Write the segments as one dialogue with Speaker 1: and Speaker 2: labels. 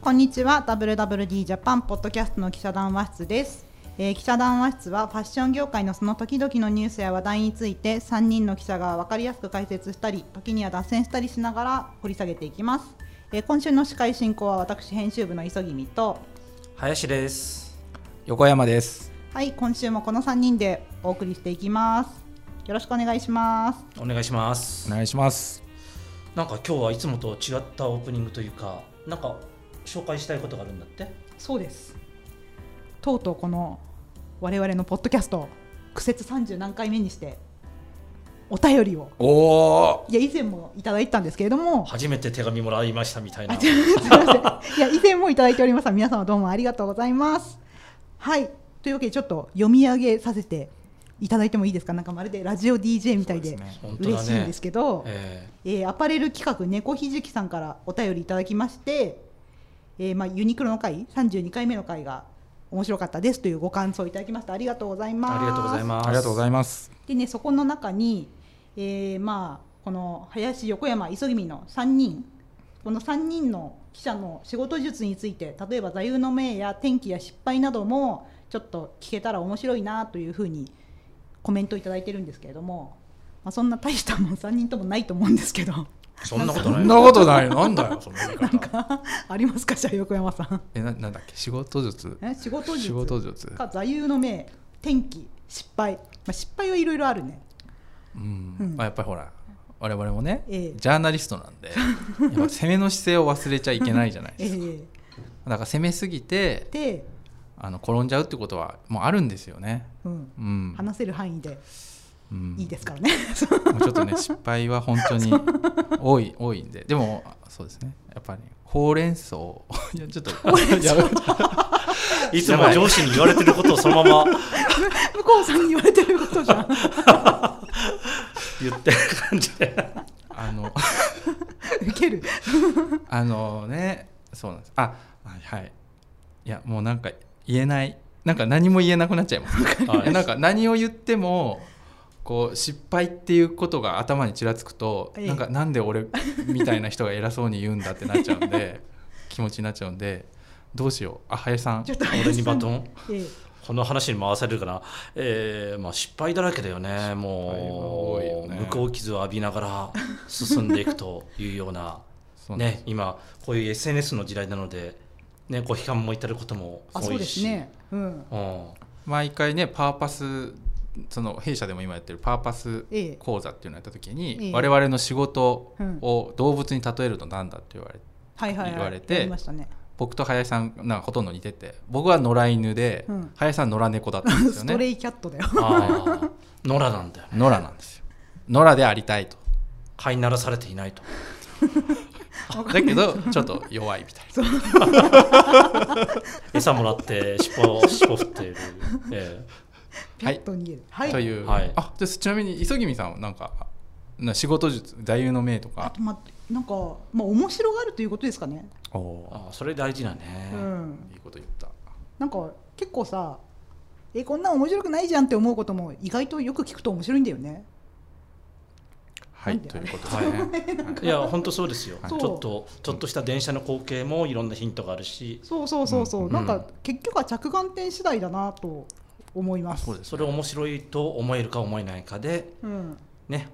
Speaker 1: こんにちは WWD ジャパンポッドキャストの記者談話室です、えー記者談話室はファッション業界のその時々のニュースや話題について3人の記者が分かりやすく解説したり時には脱線したりしながら掘り下げていきます、えー今週の司会進行は私編集部の磯君と
Speaker 2: 林です
Speaker 3: 横山です。
Speaker 1: はい今週もこの3人でお送りしていきますよろしくお願いします
Speaker 2: お願いします
Speaker 3: お願いします。
Speaker 2: なんか今日はいつもと違ったオープニングというかなんか紹介したいことがあるんだって
Speaker 1: そうですとうとうこの我々のポッドキャスト苦節30何回目にしてお便りを
Speaker 3: おお。
Speaker 1: いや以前もいただいたんですけれども、
Speaker 2: 初めて手紙もらいましたみたいな
Speaker 1: あ、違うすみません。いや以前もいただいておりました。皆様どうもありがとうございます。はい、というわけでちょっと読み上げさせていただいてもいいですか。なんかまるでラジオ DJ みたいで
Speaker 3: そうですね
Speaker 2: 本当だね
Speaker 1: 嬉しいんですけど、
Speaker 2: え
Speaker 1: えーアパレル企画猫ひじきさんからお便りいただきまして、えーまあユニクロの回32回目の回が面白かったですというご感想をいただきました。ありがとうござい
Speaker 2: ー
Speaker 1: ます。
Speaker 2: ありがとうございます
Speaker 3: ありがとうござ
Speaker 2: い
Speaker 3: います。
Speaker 1: でねそこの中に、えーまあこの林横山磯君の3人この3人の記者の仕事術について例えば座右の銘や天気や失敗などもちょっと聞けたら面白いなというふうにコメントをいただいてるんですけれども、まあ、そんな大したもん3人ともないと思うんですけど
Speaker 2: ますそんなこと
Speaker 3: そ
Speaker 2: ない
Speaker 3: んなことない。なんだよ。その言い方
Speaker 1: ありますかじゃあ横山さん
Speaker 3: え、ななんだっけ。仕事術。
Speaker 1: え仕事術
Speaker 3: 仕事術
Speaker 1: か座右の銘天気失敗、まあ、失敗はいろいろあるね
Speaker 3: うん。
Speaker 1: うん
Speaker 3: まあやっぱりほら。我々もね、
Speaker 1: ええ
Speaker 3: ジャーナリストな んでやっぱ攻めの姿勢を忘れちゃいけないじゃない
Speaker 1: え
Speaker 3: ですか、
Speaker 1: ー
Speaker 3: だから攻めすぎて
Speaker 1: で、
Speaker 3: あの転んじゃうってことはもうあるんですよね、
Speaker 1: うん、
Speaker 3: うん、
Speaker 1: 話せる範囲で
Speaker 3: うん
Speaker 1: いいですからね。
Speaker 3: もうちょっとね失敗は本当に多い多いんででもそうですねやっぱりほうれん草 いやちょっと やばい
Speaker 2: いつも上司に言われてることをそのまま
Speaker 1: 向こうさんに言われてることじ ゃん。
Speaker 2: 言ってる感じ で
Speaker 3: あの
Speaker 1: 受ける。
Speaker 3: あのねそうなんですあはいはいいやもうなんか言えないなんか何も言えなくなっちゃいます
Speaker 2: はい
Speaker 3: いやなんか何を言ってもこう失敗っていうことが頭にちらつくと、
Speaker 1: ええ
Speaker 3: なんかなんで俺みたいな人が偉そうに言うんだってなっちゃうんで 気持ちになっちゃうんでどうしようあ林さん
Speaker 1: ちょっと
Speaker 2: 俺にバトン
Speaker 1: ええ
Speaker 2: この話に回されるかな、えーまあ、失敗だらけだよねも
Speaker 3: 失敗は多
Speaker 2: う
Speaker 3: いよね
Speaker 2: 向こう傷を浴びながら進んでいくというような
Speaker 3: そうなんです
Speaker 2: ね、今こういう SNS の時代なので、ね、ご批判も至ることも多
Speaker 1: あ
Speaker 2: いし
Speaker 1: そうですね。うん。
Speaker 2: うん、
Speaker 3: 毎回ねパーパスその弊社でも今やってるパーパス
Speaker 1: ええ
Speaker 3: 講座っていうのをやった時に、
Speaker 1: ええ
Speaker 3: 我々の仕事を動物に例えるとなんだって言われて、
Speaker 1: はいはいはい。
Speaker 3: 言われて
Speaker 1: やりましたね。
Speaker 3: 僕と林さんなんかほとんど似てて僕は野良犬で、
Speaker 1: うん
Speaker 3: 林さんは野良猫だったんですよ
Speaker 1: ストレ
Speaker 3: ね
Speaker 1: イキャットだよ。
Speaker 2: ああ 野良なんだよね
Speaker 3: 野良なんですよ野良でありたいと
Speaker 2: 飼いならされていないと
Speaker 3: だけどちょっと弱いみたい
Speaker 2: 餌もらって尻尾尻尾振っている、え
Speaker 1: ペットに言える。は
Speaker 3: な、と
Speaker 1: い。
Speaker 3: いう、
Speaker 2: はい
Speaker 3: あでちなみに磯君さんはなんかな仕事術座右の銘と
Speaker 1: あ
Speaker 3: か
Speaker 1: とまなんかまあ面白があるということですかね。
Speaker 3: お
Speaker 2: え
Speaker 3: お
Speaker 2: ああそれ大事だね、
Speaker 1: うん。
Speaker 3: いいこと言った
Speaker 1: なんか結構さ、えこんなん面白くないじゃんって思うことも意外とよく聞くと面白いんだよね。
Speaker 3: は
Speaker 1: ないんで
Speaker 3: と
Speaker 1: あ
Speaker 3: い
Speaker 1: れ
Speaker 3: うことです
Speaker 2: は
Speaker 3: ね、
Speaker 2: い、いや本当そうですよ、
Speaker 1: はい
Speaker 2: ちょっとちょっとした電車の光景もいろんなヒントがあるし
Speaker 1: そうそうそうそう。
Speaker 2: うん
Speaker 1: なんか結局は着眼点次第だなと思いま
Speaker 3: あ
Speaker 1: す。
Speaker 3: そうです
Speaker 2: それを面白いと思えるか思えないかで
Speaker 1: うん。
Speaker 2: ね、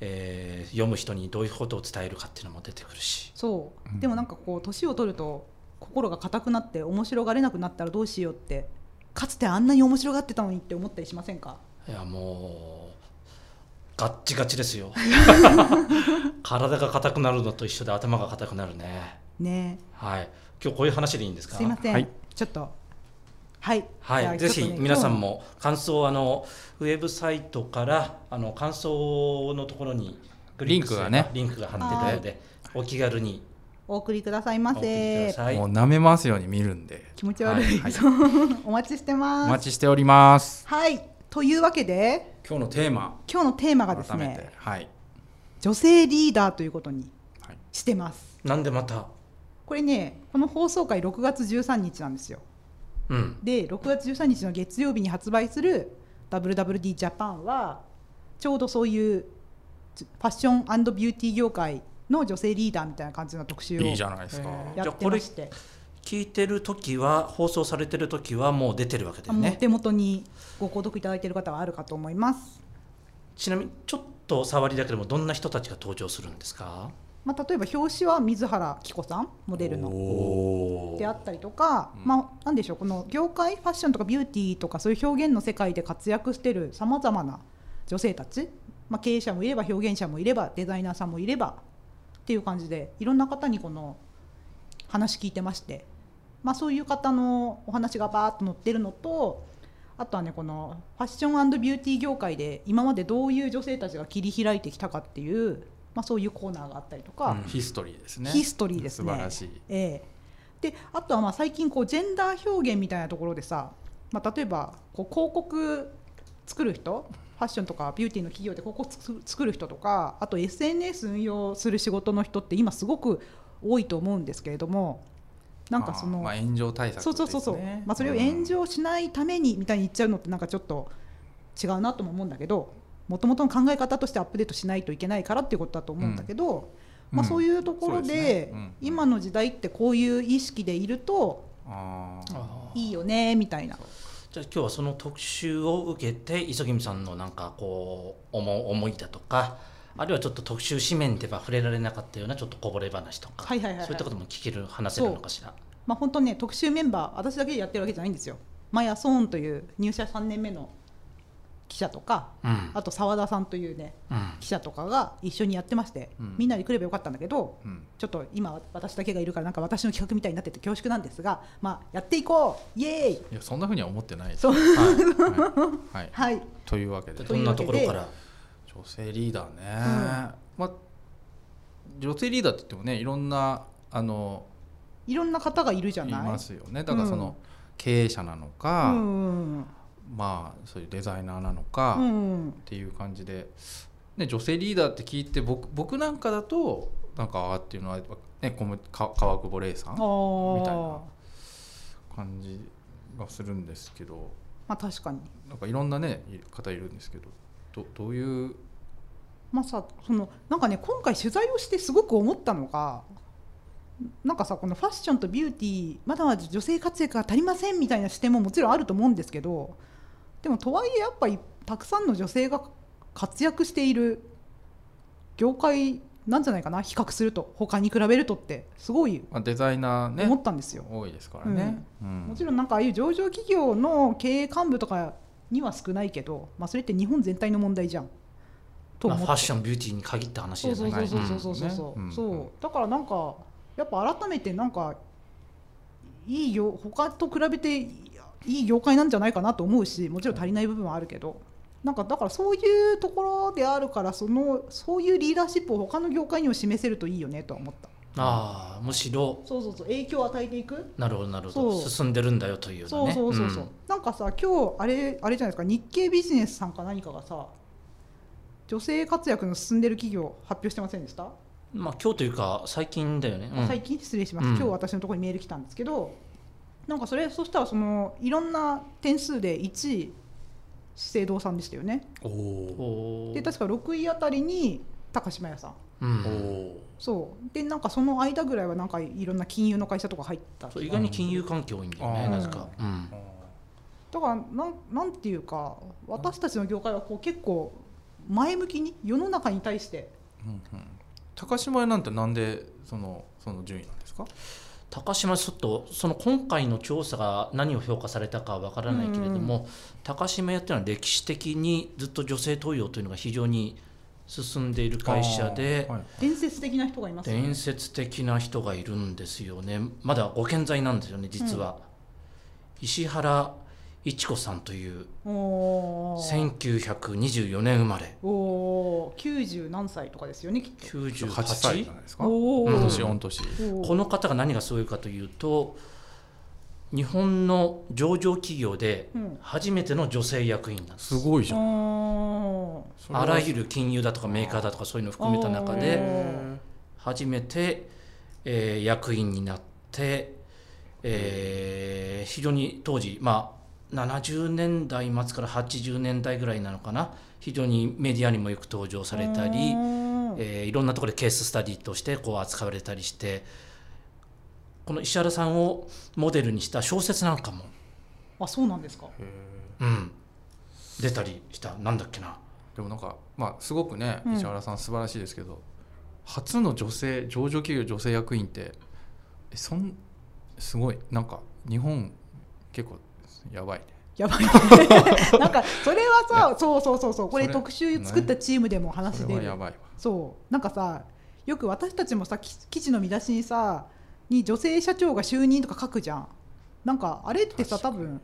Speaker 2: えー読む人にどういうことを伝えるかっていうのも出てくるし
Speaker 1: そう、
Speaker 3: うん
Speaker 1: でもなんかこう年を取ると心が硬くなって面白がれなくなったらどうしようってかつてあんなに面白がってたのにって思ったりしませんか
Speaker 2: いやもうガッチガチ ですよ体が硬くなるのと一緒で頭が硬くなるね
Speaker 1: ね
Speaker 2: はい今日こういう話でいいんです
Speaker 1: え
Speaker 2: か
Speaker 1: すいません、
Speaker 3: はい
Speaker 1: ちょっとはい、じゃ
Speaker 2: は
Speaker 1: あ
Speaker 2: い、ぜ
Speaker 1: ちょっ
Speaker 2: ひ
Speaker 1: とね
Speaker 2: 皆さんも感想をあのウェブサイトからあの感想のところにクックすれば
Speaker 3: リンクがね
Speaker 2: リンクが貼っていただいてお気軽に
Speaker 1: 今日もお送りくださいま
Speaker 2: お送り
Speaker 1: せ
Speaker 2: ください
Speaker 3: もう舐め回すように見るんで
Speaker 1: 気持ち悪い、
Speaker 3: はい
Speaker 1: お待ちして
Speaker 3: お
Speaker 1: ま
Speaker 3: 待
Speaker 1: す
Speaker 3: ちしております
Speaker 1: はいというわけで
Speaker 3: 今日のテーマ
Speaker 1: 今日のテーマがです
Speaker 3: 改めて
Speaker 1: ね
Speaker 3: はい、
Speaker 1: 女性リーダーということに
Speaker 3: はい、
Speaker 1: してます
Speaker 2: なんでまた
Speaker 1: これねこの放送回6月13日なんですよ
Speaker 2: うん
Speaker 1: で6月13日の月曜日に発売する WWD ジャパンはちょうどそういうファッションビューティー業界の女性リーダーみたいな感じの特集を
Speaker 3: いいじゃないですか
Speaker 2: え
Speaker 1: やってまして
Speaker 2: 聞いてる時は放送されてる時はもう出てるわけだ
Speaker 1: あ
Speaker 2: よ
Speaker 1: もうお
Speaker 2: ね
Speaker 1: 手元にご購読いただいている方はあるかと思います、
Speaker 2: ちなみにちょっと触りだけでもどんな人たちが登場するんですか
Speaker 1: まあ、例えば表紙は水原希子さんモデルの
Speaker 2: おー
Speaker 1: であったりとか、
Speaker 3: うん
Speaker 1: まあ、なんでしょうこの業界ファッションとかビューティーとかそういう表現の世界で活躍してるさまざまな女性たち、まあ、経営者もいれば表現者もいればデザイナーさんもいればっていう感じでいろんな方にこの話聞いてまして、まあ、そういう方のお話がバーッと載ってるのとあとはねこのファッションビューティー業界で今までどういう女性たちが切り開いてきたかっていう、まあ、そういうコーナーがあったりとか。
Speaker 2: うん
Speaker 3: ヒストリーですね
Speaker 1: ヒストリーですね
Speaker 3: 素晴らしい
Speaker 1: ええ、であとはまあ最近こうジェンダー表現みたいなところでさ、まあ、例えばこう広告作る人ファッションとかビューティーの企業で広告つ作る人とかあと SNS 運用する仕事の人って今すごく多いと思うんですけれどもなんかそ
Speaker 3: あー
Speaker 1: の、
Speaker 3: まあ、炎上対策です、
Speaker 1: そう
Speaker 3: ね、
Speaker 1: そうそうそう、まあ、それを炎上しないためにみたいに言っちゃうのってなんかちょっと違うなとも思うんだけどもともとの考え方としてアップデートしないといけないからっていうことだと思うんだけど、まあ、そういうところ
Speaker 3: そうですね
Speaker 1: で
Speaker 3: うん
Speaker 1: 今の時代ってこういう意識でいると
Speaker 3: うんあー
Speaker 2: あー
Speaker 1: いいよねみたいな
Speaker 2: じゃあ今日はその特集を受けて磯君さんのなんかこう思う思いだとかあるいはちょっと特集紙面では触れられなかったようなちょっとこぼれ話とか、
Speaker 1: はいはいはいはい
Speaker 2: そういったことも聞ける話せるのかしら
Speaker 1: まあ本当ね特集メンバー私だけでやってるわけじゃないんですよ。マヤソーンという入社3年目の記者とか
Speaker 2: うん
Speaker 1: あと澤田さんというね
Speaker 2: うん
Speaker 1: 記者とかが一緒にやってまして、
Speaker 3: うん
Speaker 1: みんなで来ればよかったんだけど
Speaker 3: うん
Speaker 1: ちょっと今私だけがいるからなんか私の企画みたいになってて恐縮なんですが、まあ、やっていこうイエーイ
Speaker 3: いやそんなふうには思ってないです
Speaker 1: そう
Speaker 3: はい、はい
Speaker 1: はい
Speaker 3: というわけで
Speaker 2: で
Speaker 1: と
Speaker 2: ど
Speaker 1: い
Speaker 2: ん
Speaker 1: うわ
Speaker 2: な
Speaker 1: け
Speaker 2: と
Speaker 1: で
Speaker 2: ころから
Speaker 3: 女性リーダーね、まあ女性リーダーって言ってもねいろんなあの
Speaker 1: いろんな方がいるじゃ
Speaker 3: い
Speaker 1: ない
Speaker 3: ますよねだからその、
Speaker 1: うん
Speaker 3: 経営者なの
Speaker 1: う
Speaker 3: か、
Speaker 1: ん
Speaker 3: まあそういうデザイナーなのか、
Speaker 1: う
Speaker 3: っ
Speaker 1: ん
Speaker 3: ていう感じで、ね、女性リーダーって聞いて僕僕なんかだとなんかあーっていうのは、ね、こむか川久保玲さ
Speaker 1: あ
Speaker 3: ん
Speaker 1: ー
Speaker 3: みたいな感じがするんですけど
Speaker 1: まあ確かに
Speaker 3: なんかいろんなねい方いるんですけどどどういう
Speaker 1: まあさそのなんかね今回取材をしてすごく思ったのがなんかさこのファッションとビューティーまだまだ女性活躍が足りませんみたいな視点ももちろんあると思うんですけどでもとはいえやっぱりたくさんの女性が活躍している業界なんじゃないかな比較すると他に比べるとってすごい
Speaker 3: まあ、デザイナーね
Speaker 1: 思ったんですよ。
Speaker 3: 多いですからね、うん
Speaker 1: もちろんなんかああいう上場企業の経営幹部とかには少ないけど、まあ、それって日本全体の問題じゃん。と
Speaker 2: まあ
Speaker 1: 思っ
Speaker 2: フ
Speaker 1: て
Speaker 2: ァッションビューティーに限った話じ
Speaker 1: そ
Speaker 2: ゃ
Speaker 1: う
Speaker 2: ない
Speaker 1: そうそうそうそうそうそう
Speaker 3: う
Speaker 1: そ
Speaker 3: ん
Speaker 1: うそうだからなんかやっぱ改めてなんかいいよ他と比べていい業界なんじゃないかなと思うしもちろん足りない部分はあるけどなんかだからそういうところであるからそのそういうリーダーシップを他の業界にも示せるといいよねとは思った
Speaker 2: ああむしろ
Speaker 1: そうそうそう影響を与えていく
Speaker 2: なるほどなるほど
Speaker 1: そう
Speaker 2: 進んでるんだよというよ
Speaker 1: そう
Speaker 2: なね
Speaker 1: そうそうそう、
Speaker 2: ん
Speaker 1: なんかさ今日あれあれじゃないですか日経ビジネスさんか何かがさ女性活躍の進んでる企業発表してませんでした、
Speaker 2: まあ今日というか最近だよね、うん
Speaker 1: 最近失礼します、
Speaker 2: うん
Speaker 1: 今日私のところにメール来たんですけどなんかそれそしたらそのいろんな点数で1位資生堂さんでしたよね
Speaker 3: おお
Speaker 2: おー
Speaker 1: で確か6位あたりに高島屋さん
Speaker 2: うん
Speaker 3: お
Speaker 1: そうでなんかその間ぐらいはなんかいろんな金融の会社とか入った
Speaker 2: そう意外に金融関係多いんだよね、
Speaker 3: うん
Speaker 2: なぜか、うん
Speaker 1: だからなんなんていうか私たちの業界はこう結構前向きに世の中に対して
Speaker 3: うんうん、高島屋なんてなんでそのその順位なんですか
Speaker 2: 高島ちょっとその今回の調査が何を評価されたかわからないけれども、高島屋っていうのは歴史的にずっと女性登用というのが非常に進んでいる会社で
Speaker 3: あー、はい
Speaker 1: 伝説的な人がいますよね
Speaker 2: 伝説的な人がいるんですよねまだご健在なんですよね実は、石原一子さんという
Speaker 1: おー
Speaker 2: 1924年生まれ
Speaker 1: おー90何歳とかですよねきっと
Speaker 3: 8歳じ
Speaker 2: 98?
Speaker 3: ゃないですか
Speaker 1: お
Speaker 3: 今
Speaker 1: ー
Speaker 2: うん
Speaker 3: 年御年
Speaker 1: おー
Speaker 2: この方が何がすごいかというと日本の上場企業で
Speaker 1: うん
Speaker 2: 初めての女性役員なんです
Speaker 3: すごいじゃん
Speaker 1: あ
Speaker 3: それは
Speaker 2: あらゆる金融だとかメーカーだとかそういうのを含めた中で
Speaker 3: へ
Speaker 2: 初めて、えー役員になって、えー非常に当時まあ70年代末から80年代ぐらいなのかな非常にメディアにもよく登場されたり
Speaker 1: あーうん
Speaker 2: えーいろんなところでケーススタディとしてこう扱われたりしてこの石原さんをモデルにした小説なんかも、
Speaker 1: あそうなんですか
Speaker 2: うん、出たりしたなんだっけな
Speaker 3: でもなんかまあすごくね
Speaker 1: うん
Speaker 3: 石原さん素晴らしいですけど、初の女性上場企業女性役員ってえそんすごいなんか日本結構やばいね
Speaker 1: やばいね なんかそれはさそうそうそうそうこれ
Speaker 3: それ
Speaker 1: 特集作ったチームでも話
Speaker 3: そ
Speaker 1: し
Speaker 3: れ
Speaker 1: て
Speaker 3: は
Speaker 1: る
Speaker 3: やばいわ
Speaker 1: そうなんかさよく私たちもさき記事の見出しにさに女性社長が就任とか書くじゃんなんかあれってさ多
Speaker 3: 確かに
Speaker 1: 分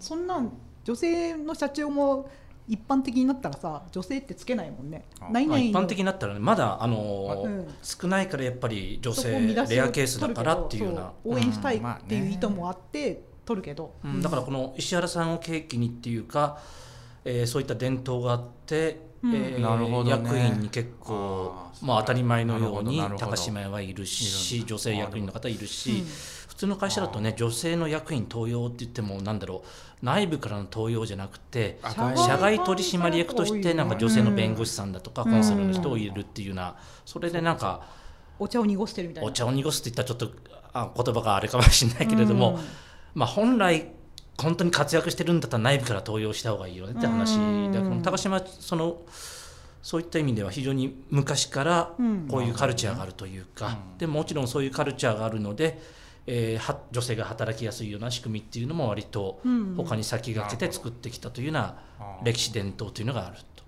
Speaker 1: そんなん女性の社長も一般的になったらさ女性ってつけないもんね
Speaker 3: あ
Speaker 1: ない
Speaker 2: まあ、
Speaker 1: ない
Speaker 2: 一般的になったらねまだ、あのー
Speaker 1: うん
Speaker 2: 少ないからやっぱり女
Speaker 1: そこ
Speaker 2: 性
Speaker 1: 見出しを
Speaker 2: レアケースだからっていうよう
Speaker 1: 取
Speaker 2: な
Speaker 1: るけどそう応援したい
Speaker 3: うんまあね
Speaker 1: っていう意図もあって取るけど、
Speaker 2: うんだからこの石原さんを契機にっていうか、えーそういった伝統があって、
Speaker 1: うん
Speaker 2: えー
Speaker 3: なるほどね
Speaker 2: 役員に結構
Speaker 3: あー
Speaker 2: まあ、当たり前のように
Speaker 3: なるほどなるほ
Speaker 2: 高
Speaker 3: ど
Speaker 2: 島屋はいるし
Speaker 3: いるんだ
Speaker 2: 女性役員の方いるし、
Speaker 1: うん
Speaker 2: 普通の会社だとね女性の役員登用って言ってもなんだろう内部からの登用じゃなくて
Speaker 3: あ
Speaker 1: 社
Speaker 2: 社外取締役としてなんか女性の弁護
Speaker 1: 士、
Speaker 2: 士さんだと
Speaker 1: う
Speaker 2: か
Speaker 1: ん
Speaker 2: コンサルの人を入れるっていうようなそれでなんか。
Speaker 1: うんお茶を濁してるみたいな
Speaker 2: お茶を濁すって言ったらちょっとあ言葉があれかもしれないけれども、
Speaker 1: うん
Speaker 2: まあ、本来本当に活躍してるんだったら内部から登用した方がいいよねって話だけ
Speaker 1: う
Speaker 2: ど
Speaker 1: ん
Speaker 2: 高島はそのそういった意味では非常に昔から
Speaker 1: うん
Speaker 2: こういうカルチャーがあるというか、でもちろんそういうカルチャーがあるので、えーは女性が働きやすいような仕組みっていうのも割と
Speaker 1: うん
Speaker 2: 他に先駆けて作ってきたというような
Speaker 3: あー
Speaker 2: 歴史伝統というのがあると。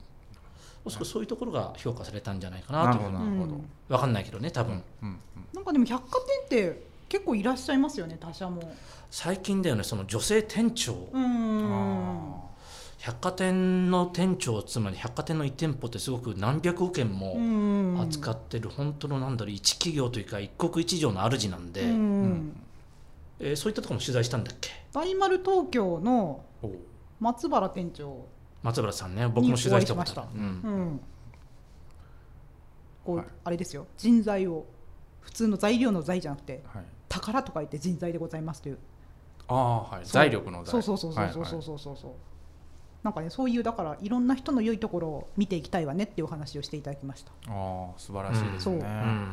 Speaker 2: おそらくそういうところが評価されたんじゃないかなというふうに
Speaker 3: なるほど
Speaker 1: うん
Speaker 2: 分かんないけどね多分、
Speaker 3: うん
Speaker 1: なんかでも百貨店って結構いらっしゃいますよね他社も
Speaker 2: 最近だよねその女性店長
Speaker 1: うー
Speaker 3: うん
Speaker 1: ん
Speaker 3: あ
Speaker 2: 百貨店の店長つまり百貨店の1店舗ってすごく何百億件
Speaker 1: う
Speaker 2: も
Speaker 1: ん
Speaker 2: 扱ってる、本当のなんだろう一企業というか一国一城の主なんで、
Speaker 1: うん
Speaker 3: うん
Speaker 2: えーそういったところも取材したんだっけ
Speaker 1: 大丸東京の
Speaker 3: ーおう
Speaker 1: 松原店長、
Speaker 2: 松原さんね僕も取材したことある、うん
Speaker 1: うんこう
Speaker 3: はい
Speaker 1: あれですよ人材を普通の材料の材じゃなくて
Speaker 3: はい
Speaker 1: 宝と書いて人材でございますという
Speaker 3: あーはい財力の財
Speaker 1: そうそうそうそうそう
Speaker 3: はい
Speaker 1: そ
Speaker 3: は
Speaker 1: う
Speaker 3: い
Speaker 1: そうそう、なんかねそういうだからいろんな人の良いところを見ていきたいわねっていうお話をしていただきました
Speaker 3: あー素晴らしいですね
Speaker 1: そう
Speaker 2: うん
Speaker 3: うん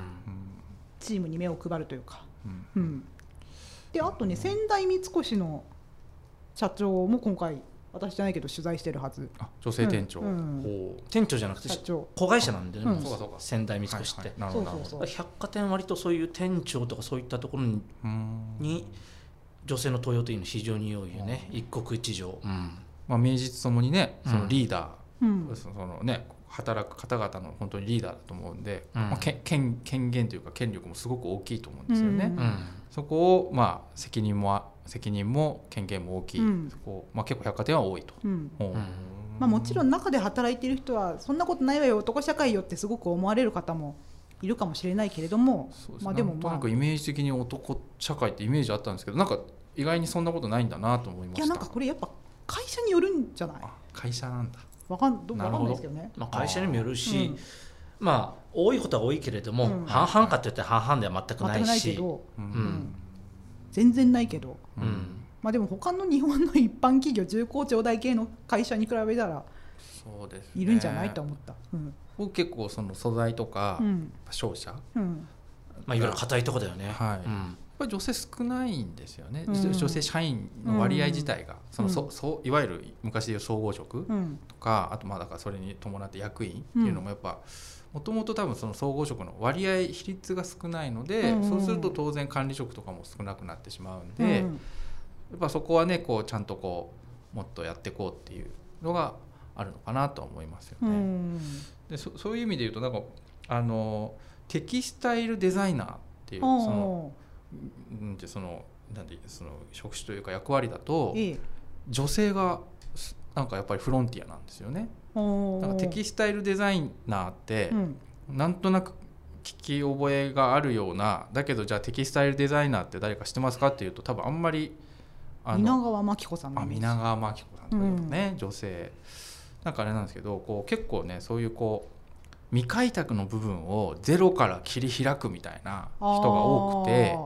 Speaker 1: チームに目を配るというか
Speaker 3: うん
Speaker 1: うんであとね仙台三越の社長も今回私じゃないけど取材してるはず
Speaker 3: あ女性店長、
Speaker 1: うんうん
Speaker 2: おう店長じゃなくて
Speaker 1: 社長
Speaker 2: 子会社なんでね、
Speaker 1: うん
Speaker 2: も
Speaker 3: そうかそうか
Speaker 2: 仙台三越って、
Speaker 3: はいはいなるほどなるほど
Speaker 1: そうそうそう
Speaker 2: 百貨店割とそういう店長とかそういったところに
Speaker 3: うーん
Speaker 2: に女性の登用というの非常に多いよね、一国一城、うん
Speaker 3: まあ、名実ともにねそのリーダ
Speaker 1: う
Speaker 3: ー、
Speaker 1: ん
Speaker 3: そのね働く方々の本当にリーダーだと思うんで、
Speaker 2: うん
Speaker 3: まあ、け権権限というか権力もすごく大きいと思うんですよね。
Speaker 1: うん
Speaker 2: うん
Speaker 3: そこを、まあ、責任もあ責任も権限も大きい、
Speaker 1: うん
Speaker 3: そこをまあ、結構百貨店は多いと。
Speaker 1: うん
Speaker 3: ほう
Speaker 2: うん
Speaker 1: まあ、もちろん中で働いている人はそんなことないわよ男社会よってすごく思われる方もいるかもしれないけれども
Speaker 3: そうですね
Speaker 1: まあでも
Speaker 3: なんと
Speaker 1: ま
Speaker 3: な
Speaker 1: あ
Speaker 3: くイメージ的に男社会ってイメージあったんですけどなんか意外にそんなことないんだなと思いま
Speaker 1: い
Speaker 3: した
Speaker 1: やなんかこれやっぱ会社によるんじゃない
Speaker 3: あ会社なんだ
Speaker 1: わかんどうか
Speaker 3: な
Speaker 1: わかんな
Speaker 3: る
Speaker 1: いです
Speaker 3: ほど
Speaker 1: けどね。
Speaker 2: まあ、会社にもよる
Speaker 1: う
Speaker 2: し、
Speaker 1: ん
Speaker 2: まあ多いことは多いけれども、
Speaker 1: うん
Speaker 2: 半々かって言って半々では全くな
Speaker 1: 全く
Speaker 2: い
Speaker 1: ない
Speaker 2: し
Speaker 1: けど
Speaker 3: うん
Speaker 2: ん
Speaker 1: 全然ないけど、
Speaker 2: うん
Speaker 1: まあ、でも他の日本の一般企業重工長大系の会社に比べたら
Speaker 3: そうですね
Speaker 1: いるんじゃないと思った。うん
Speaker 3: 僕結構その素材とか、
Speaker 1: う
Speaker 3: やっ
Speaker 1: ん
Speaker 3: ぱ商社、
Speaker 1: うん
Speaker 2: まあ、いわゆる硬いとこだよね、
Speaker 3: はい
Speaker 2: うん
Speaker 3: やっぱり女性少ないんですよね、
Speaker 1: うん
Speaker 3: 女性社員の割合自体が、その
Speaker 1: う
Speaker 3: そ
Speaker 1: ん
Speaker 3: そういわゆる昔でいう総合職
Speaker 1: うん
Speaker 3: とか、あとまあだからそれに伴って役員っていうのもやっぱもともと多分その総合職の割合比率が少ないので、
Speaker 1: うん
Speaker 3: そうすると当然管理職とかも少なくなってしまうんで、
Speaker 1: う
Speaker 3: や
Speaker 1: ん
Speaker 3: っぱそこはねこうちゃんとこうもっとやっていこうっていうのがあるのかなとは思いますよ
Speaker 1: う
Speaker 3: ね。
Speaker 1: ん
Speaker 3: でそそういう意味で言うとなんかあのテキスタイルデザイナーっていうそのうんでそのなんでその職種というか役割だと
Speaker 1: ええ
Speaker 3: 女性がすなんかやっぱりフロンティアなんですよね。
Speaker 1: おー
Speaker 3: なんかテキスタイルデザイナーって
Speaker 1: うん
Speaker 3: なんとなく聞き覚えがあるようなだけどじゃあテキスタイルデザイナーって誰か知ってますかっていうと多分あんまりあ
Speaker 1: 皆
Speaker 3: の
Speaker 1: 川真紀子さんの
Speaker 3: あ
Speaker 1: イメージ
Speaker 3: 皆川真紀子さんとかいうとね、女性なんかあれなんですけどこう結構ねそういうこう未開拓の部分をゼロから切り開くみたいな人が多くて。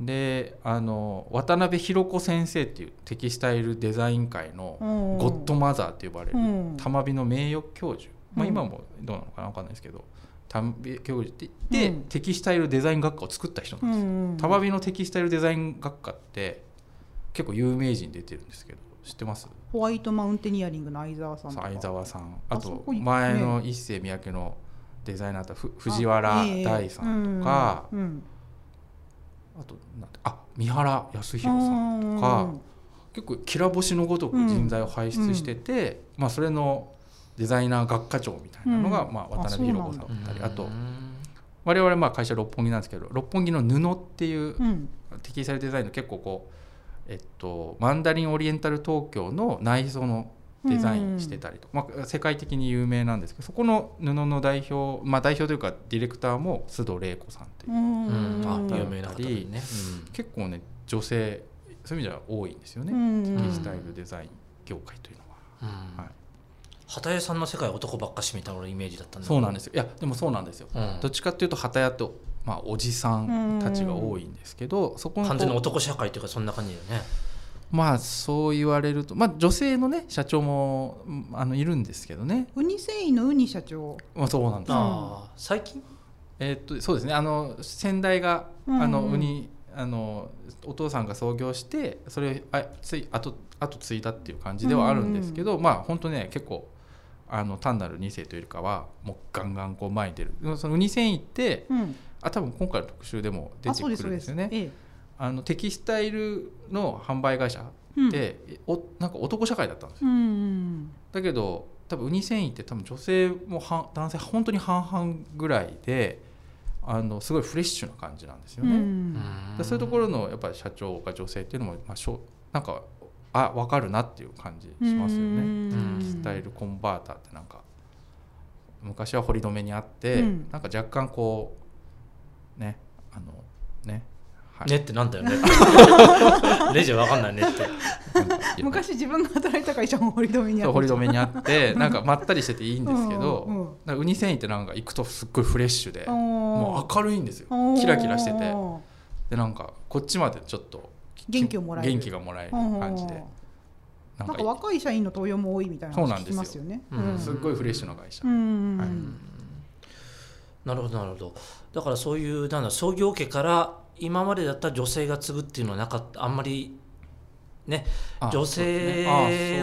Speaker 3: であの渡辺博子先生っていうテキスタイルデザイン界の
Speaker 1: あー、うん
Speaker 3: ゴッドマザーって呼ばれる
Speaker 1: うん
Speaker 3: 玉美の名誉教授まあ、
Speaker 1: うん
Speaker 3: 今もどうなのかな分かんないですけど田辺教授って言って、
Speaker 1: うん
Speaker 3: テキスタイルデザイン学科を作った人なんですよ、
Speaker 1: ん
Speaker 3: タバビのテキスタイルデザイン学科って結構有名人出てるんですけど知ってます
Speaker 1: ホワイトマウンテニアリングの相沢さんと
Speaker 3: そう
Speaker 1: か
Speaker 3: 相沢さん
Speaker 1: あ
Speaker 3: あ
Speaker 1: そ
Speaker 3: と
Speaker 1: こいいね
Speaker 3: 前の一世三宅のデザイナーだったふ藤原
Speaker 1: ええ
Speaker 3: 大さんとか
Speaker 1: うんうん
Speaker 3: あとなんてあ三原康弘さんとか結構きら星のごとく人材を輩出してて、まあ、それのデザイナー学科長みたいなのが、
Speaker 1: うん
Speaker 3: まあ、渡辺博子さんだったりあ
Speaker 2: う
Speaker 3: と
Speaker 2: ん
Speaker 3: 我々まあ会社六本木なんですけど六本木の布っていう
Speaker 1: うんうん
Speaker 3: テキスタイルデザインの結構こう、えっと、マンダリンオリエンタル東京の内装のデザインしてたりと、まあ、世界的に有名なんですけどそこの布の代表、まあ、代表というかディレクターも須藤玲子さんっていうう、
Speaker 1: ん
Speaker 2: うんあ
Speaker 1: うん
Speaker 2: 有名な方だね、
Speaker 3: 結構ね女性そういう意味では多いんですよ
Speaker 1: う
Speaker 3: ね、
Speaker 1: ん
Speaker 3: テキスタイルデザイン業界というのは。
Speaker 2: うん
Speaker 3: はい
Speaker 2: 畑江さんの世界は男ばっかしみたいな俺イメージだったんだ、
Speaker 3: そうなんですすよいやでもそうなんですよ
Speaker 2: うん
Speaker 3: どっちかっていうと旗屋と、まあ、おじさんたちが多いんですけど、そこのこう
Speaker 2: 完全な男社会というかそんな感じだよね
Speaker 3: まあそう言われるとまあ女性のね社長もうんあのいるんですけどね
Speaker 1: ウニ繊維のウニ社長
Speaker 3: まあそうなんです、
Speaker 2: ああ最近
Speaker 3: えーっとそうですねあの先代が
Speaker 1: うんうん
Speaker 3: あのウニあのお父さんが創業してそれをあつい後後継いだっていう感じではあるんですけど、まあ本当ね結構あの単なる2世というよりかはもうガンガンこう前に出るそのウニ繊維って
Speaker 1: うん
Speaker 3: あ多分今回の特集でも出
Speaker 1: あ
Speaker 3: て
Speaker 1: そ
Speaker 3: く
Speaker 1: う
Speaker 3: る
Speaker 1: ですそ
Speaker 3: ん
Speaker 1: うで
Speaker 3: ですすよね。
Speaker 1: ええ
Speaker 3: あのテキスタイルの販売会社
Speaker 1: うん
Speaker 3: って、おなんか男社会だったんですよ
Speaker 1: うんうん
Speaker 3: だけど多分ウニ繊維って多分女性も半男性本当に半々ぐらいであのすごいフレッシュな感じなんですよ
Speaker 1: う
Speaker 3: ね、
Speaker 1: ん
Speaker 3: でそういうところのやっぱり社長が女性っていうのも、まあ、しょなんかあ分かるなっていう感じしますよ
Speaker 1: う
Speaker 3: ね、
Speaker 1: ん
Speaker 3: スタイルコンバーターってなんか昔は堀留めにあって、
Speaker 1: うん
Speaker 3: なんか若干こうねあのね、はい
Speaker 2: ねってなん だよねレジは分かんないねって
Speaker 1: 昔自分が働いた会社も堀留にあ
Speaker 3: そう
Speaker 1: った
Speaker 3: 堀留めにあ ってなんかまったりしてていいんですけど、
Speaker 1: うんうん
Speaker 3: なんかウニ繊維ってなんか行くとすっごいフレッシュで、も
Speaker 1: も
Speaker 3: う明るいんですよキラキラしててでなんかこっちまでちょっと
Speaker 1: 元気をもらえる
Speaker 3: 元気がもらえる感じで
Speaker 1: な
Speaker 3: な
Speaker 1: んん
Speaker 3: か
Speaker 1: か若い社員の登用も多いみたいな
Speaker 3: そうなん
Speaker 1: 話
Speaker 3: で
Speaker 1: 聞き
Speaker 3: すよ
Speaker 1: ますよね
Speaker 2: うん
Speaker 1: うん
Speaker 3: すっごいフレッシュな会社、
Speaker 1: うん
Speaker 3: はい
Speaker 2: なるほどなるほどだからそういうなんだ創業家から今までだったら女性が継ぐっていうのはなかったあんまりね
Speaker 3: あ
Speaker 2: 女性
Speaker 3: そうです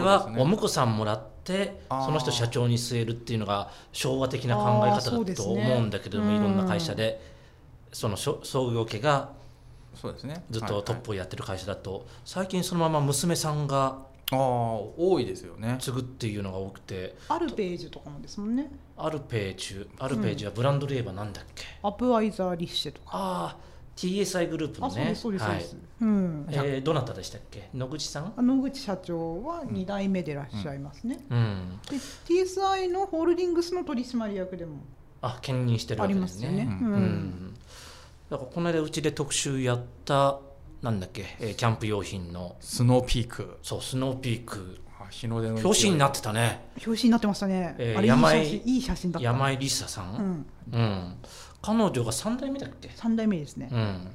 Speaker 3: ねあ
Speaker 2: は
Speaker 3: そうですね
Speaker 2: お婿さんもらって
Speaker 3: あー
Speaker 2: その人社長に据えるっていうのが昭和的な考え
Speaker 1: あーそ
Speaker 2: 方
Speaker 1: うで
Speaker 2: だ
Speaker 1: す
Speaker 2: と
Speaker 1: ね
Speaker 2: 思うんだけれども、
Speaker 1: うん
Speaker 2: いろんな会社でそのしょ創業家が
Speaker 3: そうですね
Speaker 2: ずっとトッ
Speaker 3: はい
Speaker 2: プをやってる会社だと、最近そのまま娘さんが
Speaker 3: ああ多いですよね
Speaker 2: 継ぐっていうのが多くて
Speaker 1: アルページュとかもですもんね
Speaker 2: アルページュアルページュはブランドで言えばなんだっけ、
Speaker 1: アップワイザーリッシェとか
Speaker 2: ああ TSI グループの
Speaker 1: あそうで
Speaker 2: ね
Speaker 1: すそうですそう
Speaker 2: は
Speaker 1: で
Speaker 2: い
Speaker 1: すうん
Speaker 2: えーどなたでしたっけ野口さん
Speaker 1: あ野口社長は2代目でいらっしゃいますね
Speaker 2: うん
Speaker 1: で TSI のホールディングスの取締役でも
Speaker 2: あ兼任してる
Speaker 1: あ
Speaker 2: わ
Speaker 1: り
Speaker 2: け
Speaker 1: ま
Speaker 2: ですす
Speaker 1: よ
Speaker 2: ね
Speaker 1: ね
Speaker 3: う
Speaker 2: うん
Speaker 3: ん
Speaker 2: だからこの間うちで特集やったなんだっけ、えーキャンプ用品の
Speaker 3: スノーピーク
Speaker 2: そうスノーピーク
Speaker 3: あ日の出の勢い
Speaker 2: 表紙になってたね
Speaker 1: 表紙になってましたね
Speaker 2: えー
Speaker 1: あれいい
Speaker 2: 山
Speaker 1: 写
Speaker 2: 井
Speaker 1: 真いい写真だった
Speaker 2: 山井梨沙さ、
Speaker 1: うんん
Speaker 2: うん彼女が3代目だっけ、
Speaker 1: 3代目ですね
Speaker 2: うん、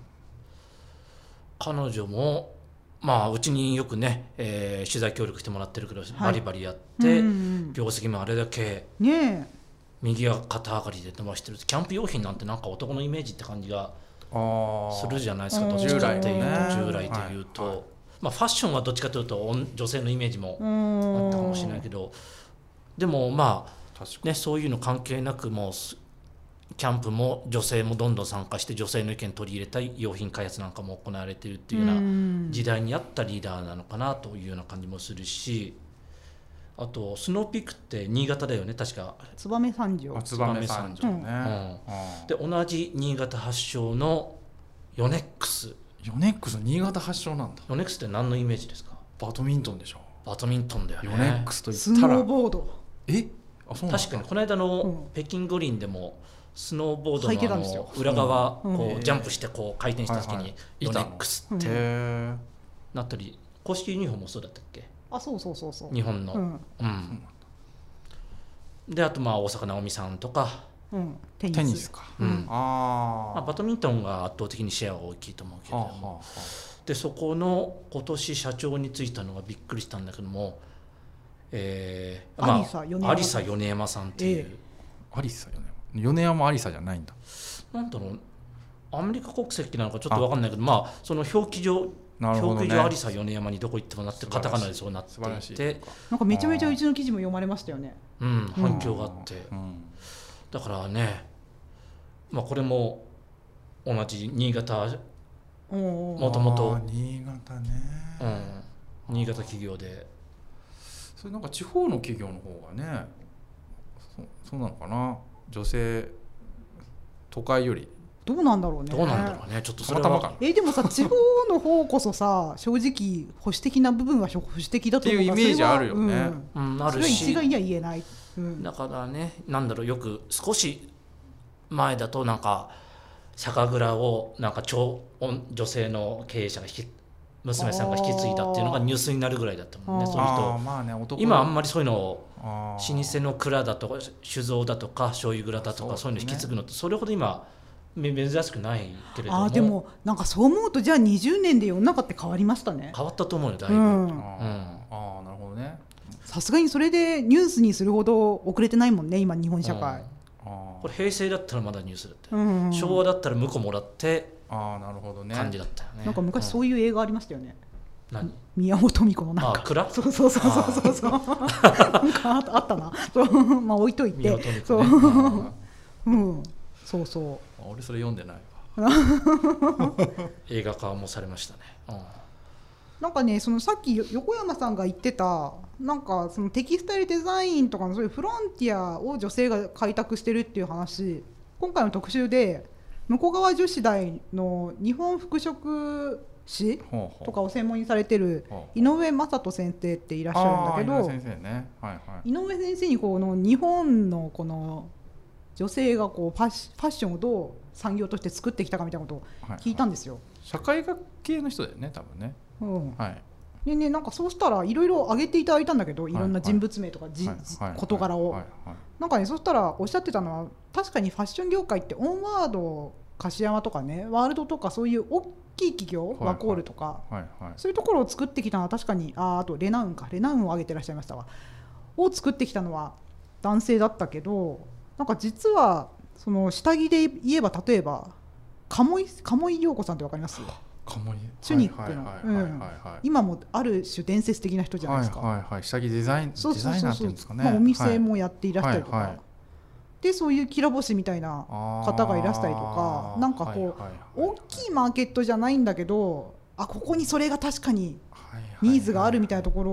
Speaker 2: 彼女もまあうちによくね、えー取材協力してもらってるけど、バリバリやって、
Speaker 1: うんうん
Speaker 2: 業績もあれだけ
Speaker 1: うんねえ
Speaker 2: 右は肩上がりで伸ばしてるキャンプ用品なんてなんか男のイメージって感じが
Speaker 3: ああ
Speaker 2: するじゃないですか
Speaker 1: あー
Speaker 2: どっちかってい
Speaker 1: 従来の
Speaker 2: うと
Speaker 1: ね
Speaker 2: 従来というと、
Speaker 3: はいはい
Speaker 2: まあ、ファッションはどっちかというと女女性のイメージもあ
Speaker 1: あ
Speaker 2: ったかもしれないけどでもま
Speaker 3: 確か
Speaker 2: あねそういうの関係なくもうすキャンプも女性もどんどん参加して女性の意見取り入れたい用品開発なんかも行われているっていうような時代にあったリーダーなのかなというような感じもするしあとスノーピークって新潟だよね確か
Speaker 1: 燕三条
Speaker 3: あ燕三条ね、
Speaker 1: うん
Speaker 3: あー
Speaker 2: で同じ新潟発祥のヨネックス
Speaker 3: ヨネックス新潟発祥なんだ
Speaker 2: ヨネックスって何のイメージですか
Speaker 3: バドミントンでしょ
Speaker 2: バドミントンだよね
Speaker 3: ヨネックスと
Speaker 1: ス
Speaker 3: 言った
Speaker 1: ノー
Speaker 3: ら
Speaker 1: ボード
Speaker 3: えあそうなんだ
Speaker 2: 確かにこの間の、
Speaker 1: うん
Speaker 2: 北京五輪でもスノーボード
Speaker 1: 履いてた
Speaker 2: のあ
Speaker 1: んですよ
Speaker 2: の裏側
Speaker 1: うん
Speaker 2: こ
Speaker 3: へー
Speaker 2: うジャンプしてこう回転した時
Speaker 3: はいは
Speaker 2: に
Speaker 3: い
Speaker 2: ヨネックスって
Speaker 3: へ
Speaker 2: なったり公式ユニフォームもそうだったっけ
Speaker 1: あそうそうそうそう
Speaker 2: 日本の、
Speaker 1: う
Speaker 2: うん
Speaker 1: ん
Speaker 2: であとまあ大坂なおみさんとか、
Speaker 1: うんテ
Speaker 3: え
Speaker 1: ニス
Speaker 3: テニスか、
Speaker 2: うん
Speaker 3: あ
Speaker 2: まあ、バドミントンが圧倒的にシェアが大きいと思うけれ
Speaker 3: あ
Speaker 2: ど
Speaker 3: は
Speaker 2: も、
Speaker 3: あは
Speaker 2: でそこの今年社長に就いたのがびっくりしたんだけども、えーま
Speaker 1: 有沙米山
Speaker 2: あ、有沙米山さんっていう、
Speaker 1: え
Speaker 3: アリサよね米山アリサじゃないんだ
Speaker 2: なんだろうアメリカ国籍なのかちょっと分かんないけどまあその表記上、
Speaker 3: なるほど
Speaker 2: 表記
Speaker 3: ね
Speaker 2: 上有沙米山にどこ行ってもなって
Speaker 3: 素晴
Speaker 2: カ
Speaker 3: らしい
Speaker 2: タカナでそうなって
Speaker 3: 素晴らし
Speaker 2: い
Speaker 3: い
Speaker 2: て
Speaker 1: なんかめちゃめちゃうちの記事も読まれましたよね。
Speaker 2: うん、反響があって、
Speaker 3: うん
Speaker 2: だからね、まあ、これも同じ新潟、
Speaker 1: おうおう
Speaker 2: もともと
Speaker 3: あー新潟ね、
Speaker 2: うん、新潟企業で
Speaker 3: それなんか地方の企業の方がねそそうなのかな女性都会より
Speaker 1: どうなんだろうね。
Speaker 2: どうなんだろうね、ちょっと
Speaker 3: た
Speaker 2: それ
Speaker 3: ま
Speaker 2: は
Speaker 3: たまかな
Speaker 1: えーでもさ地方の方こそさ正直保守的な部分は保守的だと思うから
Speaker 3: っていうイメージ
Speaker 1: それは
Speaker 3: あるよね
Speaker 1: うん
Speaker 2: うん、あ
Speaker 1: そ
Speaker 2: る
Speaker 1: れは
Speaker 2: し
Speaker 1: 一概には言えない、うん
Speaker 2: だからねなんだろうよく少し前だとなんか酒蔵をなんか超女性の経営者が引き娘さんが引き継いだっていうのがニュースになるぐらいだったもんね
Speaker 1: あー
Speaker 2: そ
Speaker 3: あ
Speaker 2: の
Speaker 3: あまあね男
Speaker 2: 人今あんまりそういうのを
Speaker 3: あー
Speaker 2: 老舗の蔵だとか酒造だとか醤油蔵だとかそ
Speaker 3: そうう
Speaker 2: いう
Speaker 3: だ
Speaker 2: の
Speaker 3: ね
Speaker 2: 引き継ぐのってそれほど今め珍しくないけれども
Speaker 1: あーでもなんかそう思うとじゃあ20年で世の中って変わりましたね
Speaker 2: 変わったと思うよだいうぶ、
Speaker 3: あ
Speaker 1: ん
Speaker 3: ー、あーなるほどね
Speaker 1: さすがにそれでニュースにするほど遅れてないもんね今日本社会、
Speaker 3: あ
Speaker 2: こ
Speaker 3: ー
Speaker 2: れ平成だったらまだニュースだった
Speaker 1: う
Speaker 2: よ、
Speaker 1: ん
Speaker 2: 昭和だったら向こうもらって
Speaker 3: あーなるほどね
Speaker 2: 感じだったよね
Speaker 1: なんか昔そうういう映画ありましたよね、
Speaker 2: ん何
Speaker 1: 宮本富子のなん
Speaker 2: あ
Speaker 1: か
Speaker 2: 蔵
Speaker 1: そうそうそうそうそうそうなんかああったなそうまあ置いといて
Speaker 2: 宮本美
Speaker 1: そ
Speaker 2: 子
Speaker 1: う
Speaker 2: ね、
Speaker 3: あ
Speaker 1: うんそうそう
Speaker 3: ー俺それ読んでないわ
Speaker 2: 映画化もされましたね、
Speaker 1: なんかねそのさっきよ横山さんが言ってたなんかそのテキスタイルデザインとかのそういうフロンティアを女性が開拓してるっていう話今回の特集で向こう側女子大の日本服飾誌
Speaker 3: ほうほう
Speaker 1: とかを専門にされてる
Speaker 3: ほう
Speaker 1: 井上雅人先生っていらっしゃるんだ
Speaker 3: あー井
Speaker 1: け
Speaker 3: 上
Speaker 1: ど
Speaker 3: 先生ねはいはい
Speaker 1: 井上先生にこの日本のこの女性がこうファッシファッションをどう産業として作ってきたかみたいなことを
Speaker 3: はい
Speaker 1: 聞いたんですよ。
Speaker 3: 社会学系の人だよね多分ね
Speaker 1: うん、
Speaker 3: はい
Speaker 1: ねねなんかそうしたらいろいろ挙げていただいたんだけどい
Speaker 3: い
Speaker 1: ろんな人物名とかじ、
Speaker 3: はい
Speaker 1: じ
Speaker 3: はい
Speaker 1: 事柄を、
Speaker 3: はいはい
Speaker 1: なんかねそうしたらおっしゃってたのは確かにファッション業界ってオンワード樫山とかねワールドとかそういう大きい企業、
Speaker 3: はい
Speaker 1: ワコールとか
Speaker 3: はいはい
Speaker 1: そういうところを作ってきたのは確かにあーあとレナウンかレナウンを挙げてらっしゃいましたわを作ってきたのは男性だったけどなんか実はその下着で言えば例えば鴨井鴨井涼子さんってわかります
Speaker 3: かもに
Speaker 1: チュニックの
Speaker 3: はいはいはいはいはい
Speaker 1: 今もある種伝説的な人じゃないですか。
Speaker 3: はいはいはい下着デザインデ
Speaker 1: そうそう
Speaker 3: ザ
Speaker 1: そうそ
Speaker 3: イナ
Speaker 1: う
Speaker 3: ーっていうんですかね、
Speaker 1: まあ、お
Speaker 3: は
Speaker 1: 店
Speaker 3: い
Speaker 1: もやっていらっしゃるとか、
Speaker 3: はいはい
Speaker 1: でそういうきらぼしみたいな方がいらしたりとか
Speaker 3: あー
Speaker 1: なんかこう
Speaker 3: はいはい
Speaker 1: 大きいマーケットじゃないんだけどあここにそれが確かに
Speaker 3: はいはい
Speaker 1: ニーズがあるみたいなところ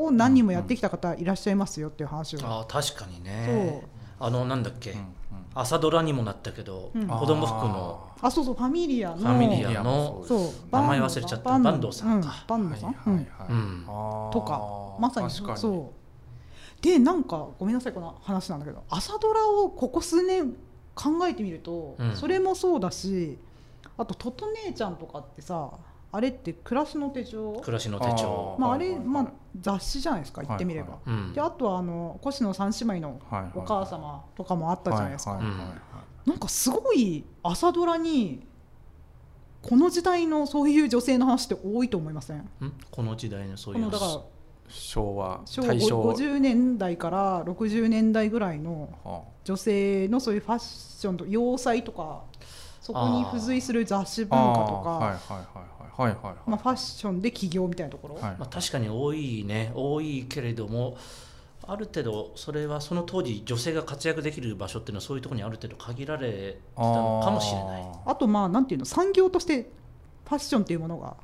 Speaker 1: を何人もやってきた方いらっしゃいますよっていう話を、
Speaker 2: ああ確かにねあのなんだっけ、
Speaker 3: うん
Speaker 2: 朝ドラにもなったけど、
Speaker 1: うん
Speaker 2: 子供服の
Speaker 1: あそうそうファミリアの
Speaker 2: ファミリア
Speaker 3: いや
Speaker 2: の
Speaker 1: そう
Speaker 3: バ
Speaker 2: 名前忘れちゃっ
Speaker 1: バ
Speaker 2: た
Speaker 1: ンド
Speaker 2: 坂東さんか
Speaker 1: うバンドさん、
Speaker 3: はいはい
Speaker 2: う
Speaker 3: はい
Speaker 2: ん
Speaker 1: う
Speaker 3: あ
Speaker 1: ん
Speaker 3: ー
Speaker 1: とかまさにそ
Speaker 3: 確
Speaker 1: う
Speaker 3: かに
Speaker 1: そうでなんかごめんなさいこの話なんだけど朝ドラをここ数年考えてみると、
Speaker 2: うん
Speaker 1: それもそうだしあと「トト姉ちゃん」とかってさあれって暮らしの手帳
Speaker 2: 暮らしの手帳
Speaker 1: まあ、あ
Speaker 3: は
Speaker 1: れ、
Speaker 3: いはいはい
Speaker 1: まあ、雑誌じゃないですか
Speaker 3: はい
Speaker 1: 言ってみれば、
Speaker 3: は
Speaker 2: う
Speaker 3: い
Speaker 2: ん
Speaker 1: であとはあの越野三姉妹の
Speaker 3: はいはい
Speaker 1: お母様とかもあったじゃないですか、
Speaker 3: はいはいはい
Speaker 2: うん
Speaker 1: なんかすごい朝ドラにこの時代のそういう女性の話って多いと思いません
Speaker 2: うんこの時代のそう
Speaker 1: こ
Speaker 2: いう
Speaker 1: の
Speaker 2: の
Speaker 1: だから
Speaker 3: 昭和
Speaker 1: 昭
Speaker 3: 大正
Speaker 1: 50年代から60年代ぐらいの
Speaker 3: は
Speaker 1: 女性のそういうファッションと洋裁とかそこに付随する雑誌文化
Speaker 3: あ
Speaker 1: とか
Speaker 3: あーはいはいはいはいはいはいはい
Speaker 1: まあ、ファッションで起業みたいなところ、
Speaker 3: はい
Speaker 2: まあ、確かに多いね多いけれどもある程度それはその当時女性が活躍できる場所っていうのはそういうところにある程度限られてたのかもしれない
Speaker 1: あとまあなんていうの産業としてファッションっていうものが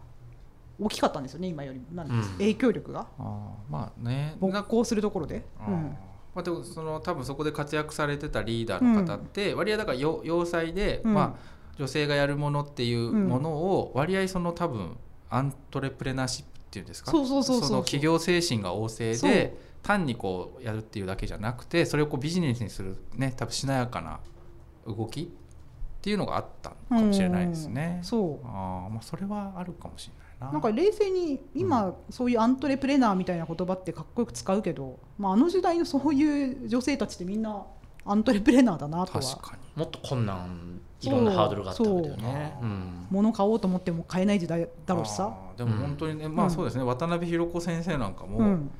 Speaker 1: 大きかったんですよね今よりなんていうんですか
Speaker 2: うん
Speaker 1: 影響力が
Speaker 3: あーまあね
Speaker 1: 勃興するところで、
Speaker 3: あ
Speaker 1: う
Speaker 3: ー
Speaker 1: ん
Speaker 3: まあ、でもその多分そこで活躍されてたリーダーの方って、割合だからよ要塞で、
Speaker 1: うん
Speaker 3: まあ、女性がやるものっていう
Speaker 1: うん
Speaker 3: ものを割合その多分アントレプレナーシップっていうんですか
Speaker 1: そうそうそうそう
Speaker 3: の企業精神が旺盛
Speaker 1: そう
Speaker 3: で単にこうやるっていうだけじゃなくてそれをこうビジネスにするね多分しなやかな動きっていうのがあったのかもしれないですね。
Speaker 1: そ
Speaker 3: あーまあ、それはあるかもしれないうな。
Speaker 1: なんか冷静に今そういうアントレプレナーみたいな言葉ってかっこよく使うけど、まあ、あの時代のそういう女性たちってみんなアントレプレナーだなと
Speaker 3: 確
Speaker 1: は
Speaker 3: かに
Speaker 2: もっと困難いろんなハードルがあったわけだよね
Speaker 3: そううん
Speaker 1: 物買おうと思っても買えない時代だろうしさ、
Speaker 3: あーでも本当にね、まあそうですね、渡辺裕子先生なんかも、
Speaker 1: うん、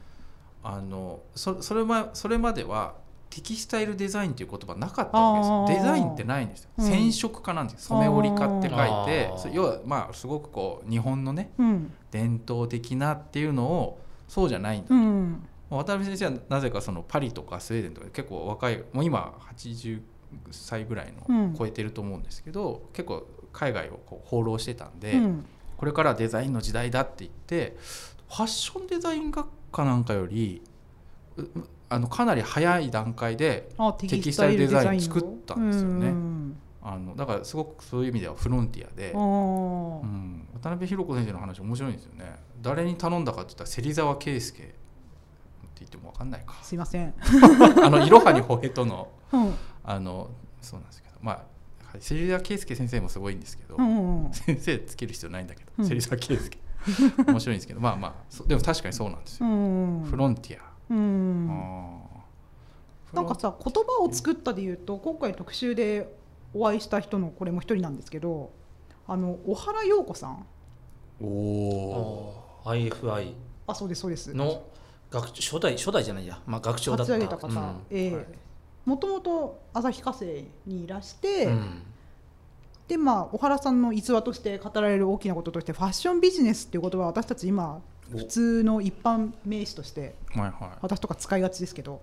Speaker 3: あのそそれまそれまではテキスタイルデザインという言葉なかったわけですデザインってないんですよ、
Speaker 1: うん
Speaker 3: 染色家なんですよ染め織り家って書いて
Speaker 2: あー
Speaker 3: そ要はまあすごくこう日本のね
Speaker 1: うん
Speaker 3: 伝統的なっていうのをそうじゃないんだ、
Speaker 1: うん
Speaker 3: もう渡辺先生はなぜかそのパリとかスウェーデンとか結構若いもう今80歳ぐらい
Speaker 1: うん
Speaker 3: の超えてると思うんですけど、結構海外をこう放浪してたんで、
Speaker 1: うん
Speaker 3: これからデザインの時代だって言ってファッションデザイン学科なんかよりううあのかなり早い段階で
Speaker 1: あテキスタイルデザインを
Speaker 3: テキスタイルデザイン作ったんですよね
Speaker 1: うん
Speaker 3: あのだからすごくそういう意味ではフロンティアで、
Speaker 1: あ
Speaker 3: うん、渡辺弘子先生の話面白いんですよね誰に頼んだかって言ったら芹沢圭介って言っても分か んないか
Speaker 1: あすいません、
Speaker 3: あの「いろはにほへとの」
Speaker 1: うん
Speaker 3: あのそうなんですけどまあはい芹沢圭介先生もすごいんですけど、
Speaker 1: うんうん、
Speaker 3: 先生つける必要ないんだけ
Speaker 1: う
Speaker 3: ど
Speaker 1: ん
Speaker 3: 芹沢圭介面白いんですけどまあまあそでも確かにそうなんですよ
Speaker 1: うん
Speaker 3: フロンティア。
Speaker 1: うん
Speaker 3: あー
Speaker 1: なんかさ言葉を作ったで言うと今回特集でお会いした人のこれも一人なんですけどあの小原陽子さん
Speaker 3: フロンおー
Speaker 2: IFI
Speaker 1: あそうですそうです
Speaker 2: の学長初代初代じゃないや、まあ、学長だった
Speaker 1: 立ち上げた方
Speaker 2: うん
Speaker 1: ええ
Speaker 3: はい
Speaker 1: もともと旭化成にいらして、
Speaker 2: うん
Speaker 1: でまあ小原さんの逸話として語られる大きなこととしてファッションビジネスっていう言葉は私たち今
Speaker 2: お
Speaker 1: 普通の一般名詞として
Speaker 3: はいは
Speaker 1: 私とか使いがちですけど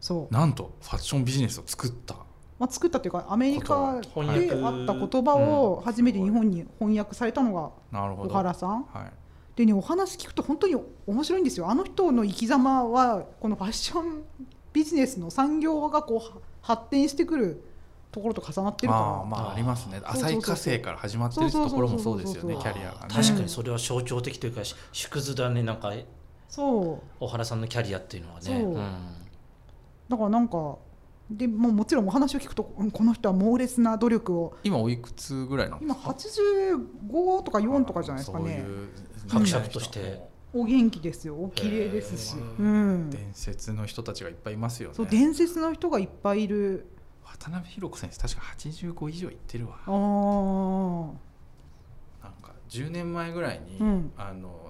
Speaker 1: そう
Speaker 3: い、、なんとファッションビジネスを作った
Speaker 1: まあ、作ったというかアメリカで
Speaker 2: 翻訳
Speaker 1: あった言葉を初めて日本に翻訳されたのが
Speaker 3: なるほ
Speaker 1: 小
Speaker 3: ど
Speaker 1: 原さん
Speaker 3: はい、
Speaker 1: でねお話聞くと本当に面白いんですよあの人の生き様はこのファッションビジネスの産業がこうは発展してくるところと重なってる
Speaker 3: ああ
Speaker 1: か
Speaker 3: まあありますね
Speaker 1: そうそうそう
Speaker 3: 浅い火星から始まってるところもそうですよね
Speaker 1: そうそうそうそう
Speaker 3: キャリアがね
Speaker 2: 確かにそれは象徴的というかし縮図だねなんから
Speaker 1: そう
Speaker 2: 小原さんのキャリアっていうのはね
Speaker 1: そうんだからなんかでもうもちろんお話を聞くとうんこの人は猛烈な努力を
Speaker 3: 今おいくつぐらいなんです
Speaker 1: 今
Speaker 3: か
Speaker 1: 85とか4とかじゃないですかね
Speaker 3: そういう
Speaker 2: 伯爵として
Speaker 1: お元気ですよお綺麗ですし、
Speaker 2: へー
Speaker 1: うん、
Speaker 3: 伝説の人たちがいっぱいいますよね
Speaker 1: そう伝説の人がいっぱいいる
Speaker 3: 渡辺弘子先生確か85以上いってるわ
Speaker 1: あー
Speaker 3: なんか10年前ぐらいに、
Speaker 1: うん
Speaker 3: あの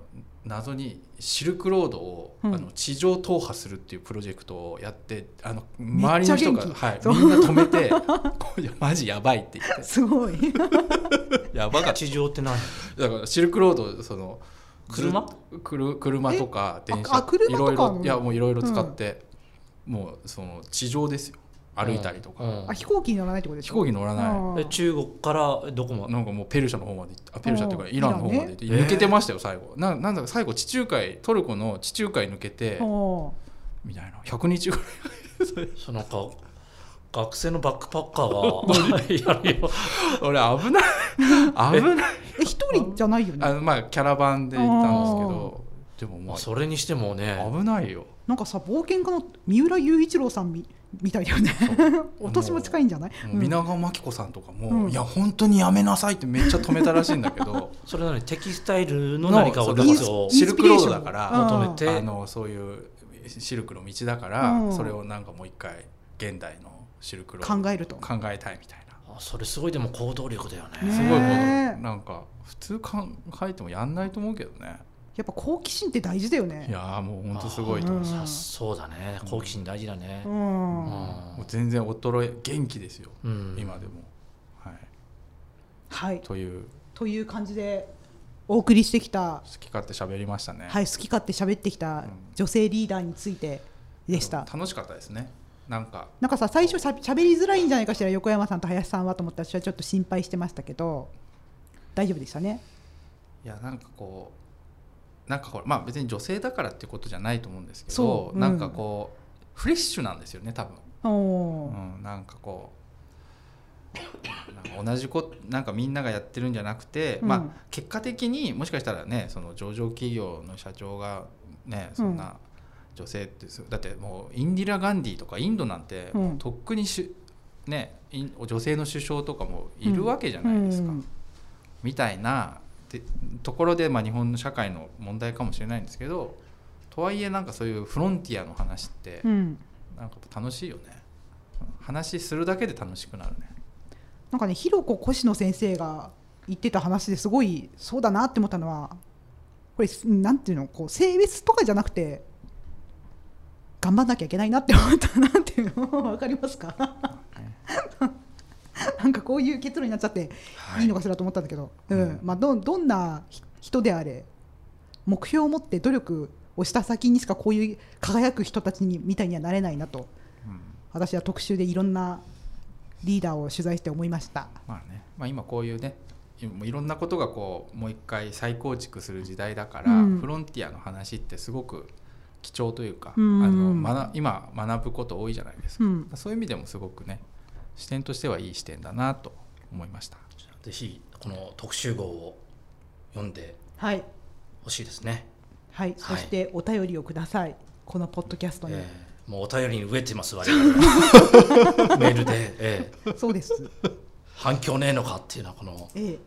Speaker 3: 謎にシルクロードを、
Speaker 1: うん
Speaker 3: あの地上踏破するっていうプロジェクトをやってあの
Speaker 1: め
Speaker 3: 周
Speaker 1: っ
Speaker 3: り
Speaker 1: ちゃ
Speaker 3: の
Speaker 1: 元
Speaker 3: 人
Speaker 1: 気
Speaker 3: が、はい、
Speaker 1: そう
Speaker 3: みんな止めて こういや「マジやばい」って言っ
Speaker 1: すごい
Speaker 3: てやばかっ
Speaker 2: 地上って何
Speaker 3: ただからシルクロードその
Speaker 2: 車
Speaker 3: ずくる車とか電
Speaker 1: ああ
Speaker 3: 車
Speaker 1: 車
Speaker 3: い
Speaker 1: とか
Speaker 3: ろいろ
Speaker 1: も
Speaker 3: いやもういろいろ使って、もうその地上ですよ歩いたりとか、
Speaker 2: うん
Speaker 1: あ飛行機に乗らないってことでし
Speaker 3: 飛
Speaker 1: ょ
Speaker 3: 行機乗らない、
Speaker 1: あー
Speaker 2: え中国からどこまで
Speaker 3: なんかもうペルシャの方まで行ったあペルシャっていうか
Speaker 1: うん
Speaker 3: イランの方まで行って
Speaker 2: イランね
Speaker 3: 抜けてましたよ最後ななんだか最後地中海トルコの地中海抜けて
Speaker 1: あ
Speaker 3: みたいな100日ぐらい
Speaker 2: そのなんか学生のバックパッカ ーがやるよ
Speaker 3: 俺危ない危ない
Speaker 1: ーえ一人じゃないよ
Speaker 3: あ
Speaker 1: ね
Speaker 3: のまあキャラバンで行ったんですけどでもま
Speaker 2: まあ
Speaker 3: あ
Speaker 2: それにしてもね
Speaker 3: 危ないよ
Speaker 1: なんかさ冒険家の三浦雄一郎さんみみたいだよね お年も近いんじゃない
Speaker 3: もう
Speaker 1: うん
Speaker 3: 皆川真紀子さんとかも、
Speaker 1: うん
Speaker 3: いや本当にやめなさいってめっちゃ止めたらしいんだけ ど
Speaker 2: それなのにテキスタイルの何かを
Speaker 3: そ
Speaker 2: 出
Speaker 3: う
Speaker 1: イン
Speaker 2: す
Speaker 1: ス
Speaker 2: を
Speaker 3: シルクロードだから
Speaker 1: うん
Speaker 2: 求めて
Speaker 3: あのそういうシルクの道だから、
Speaker 1: うん
Speaker 3: それをなんかもう一回現代のシルクロード
Speaker 1: 考えると
Speaker 3: 考えたいみたいな
Speaker 2: あそれすごいでも行動力だよ
Speaker 1: ね
Speaker 2: ね
Speaker 3: すごいこと
Speaker 1: ねえ
Speaker 3: なんか普通考えてもやんないと思うけどね
Speaker 1: やっぱ好奇心って大事だよ
Speaker 3: い
Speaker 1: ね
Speaker 3: やーもうほんとすごいと思う、
Speaker 1: うん
Speaker 2: さそうだね好奇心大事だね
Speaker 1: う
Speaker 2: うん
Speaker 1: ん
Speaker 3: もう全然衰え元気ですよ、
Speaker 2: うん
Speaker 3: 今でも、はい、
Speaker 1: はい
Speaker 3: という
Speaker 1: という感じでお送りしてきた、
Speaker 3: 好き勝手喋りましたね、
Speaker 1: はい、好き勝手喋ってきた女性リーダーについてでした。
Speaker 3: 楽しかったですねなんか
Speaker 1: なんかさ最初しゃ喋りづらいんじゃないかしら横山さんと林さんはと思ったら私はちょっと心配してましたけど大丈夫でしたね。
Speaker 3: いやなんかこうなんかほらまあ別に女性だからってことじゃないと思うんですけ
Speaker 1: そ
Speaker 3: ど、
Speaker 1: ううん
Speaker 3: なんかこうフレッシュなんですよね多分
Speaker 1: おお
Speaker 3: うん、なんかこうなんか同じこなんかみんながやってるんじゃなくて、
Speaker 1: うん
Speaker 3: まあ、結果的にもしかしたらねその上場企業の社長がねそんな女性ってすだってもうインディラ・ガンディとかインドなんて
Speaker 1: うん
Speaker 3: もうとっくにしゅ、ね、イン女性の首相とかもいるわけじゃないですか、
Speaker 1: うん
Speaker 3: みたいなてところで、まあ、日本の社会の問題かもしれないんですけどとはいえなんかそういうフロンティアの話って
Speaker 1: うん
Speaker 3: なんか楽しいよね話するだけで楽しくなるね
Speaker 1: なんかねひろここしの先生が言ってた話ですごいそうだなって思ったのはこれなんていうのこう性別とかじゃなくて頑張んなきゃいけないなって思ったなっていうの分かりますかなんかこういう結論になっちゃっていいのかしらと思ったんだけど、うん
Speaker 3: うん
Speaker 1: まあ、どどんな人であれ目標を持って努力をした先にしかこういう輝く人たちにみたいにはなれないなと
Speaker 3: うん
Speaker 1: 私は特集でいろんなリーダーを取材して思いました。
Speaker 3: まあねまあ、今こういうねいろんなことがこうもう一回再構築する時代だから、
Speaker 1: うん
Speaker 3: フロンティアの話ってすごく貴重というか、
Speaker 1: うん
Speaker 3: あの学今学ぶこと多いじゃないです
Speaker 1: う
Speaker 3: か、
Speaker 1: ん
Speaker 3: そういう意味でもすごくね視点としてはいい視点だなと思いました。
Speaker 2: ぜひこの特集号を読んで
Speaker 1: はい
Speaker 2: ほしいですね、
Speaker 1: はい、そしてお便りをください、このポッドキャストに。
Speaker 2: ええもうお便りに飢えてます我々 メールで、ええ
Speaker 1: そうです、
Speaker 2: 反響ねえのかっていうのはこの
Speaker 1: ええ、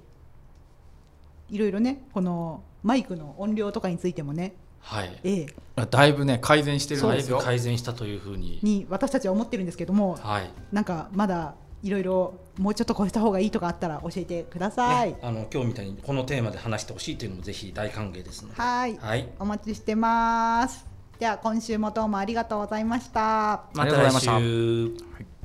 Speaker 1: いろいろね、このマイクの音量とかについてもね、
Speaker 2: はい
Speaker 1: ええ、
Speaker 3: だいぶね改善してるん
Speaker 2: だ
Speaker 3: で
Speaker 2: い
Speaker 3: す
Speaker 2: ぶ
Speaker 3: よ。
Speaker 2: 改善したというふうに
Speaker 1: に私たちは思ってるんですけども、
Speaker 2: はい
Speaker 1: なんかまだいろいろもうちょっとこうした方がいいとかあったら教えてください。
Speaker 2: ねあの今日みたいにこのテーマで話してほしいというのもぜひ大歓迎ですので
Speaker 1: はい
Speaker 2: はい、
Speaker 1: お待ちしてます。では今週もどうもありがとうございました。
Speaker 2: ま
Speaker 3: ありがと
Speaker 2: た
Speaker 3: うございま
Speaker 2: 来
Speaker 3: した
Speaker 2: 週
Speaker 3: はい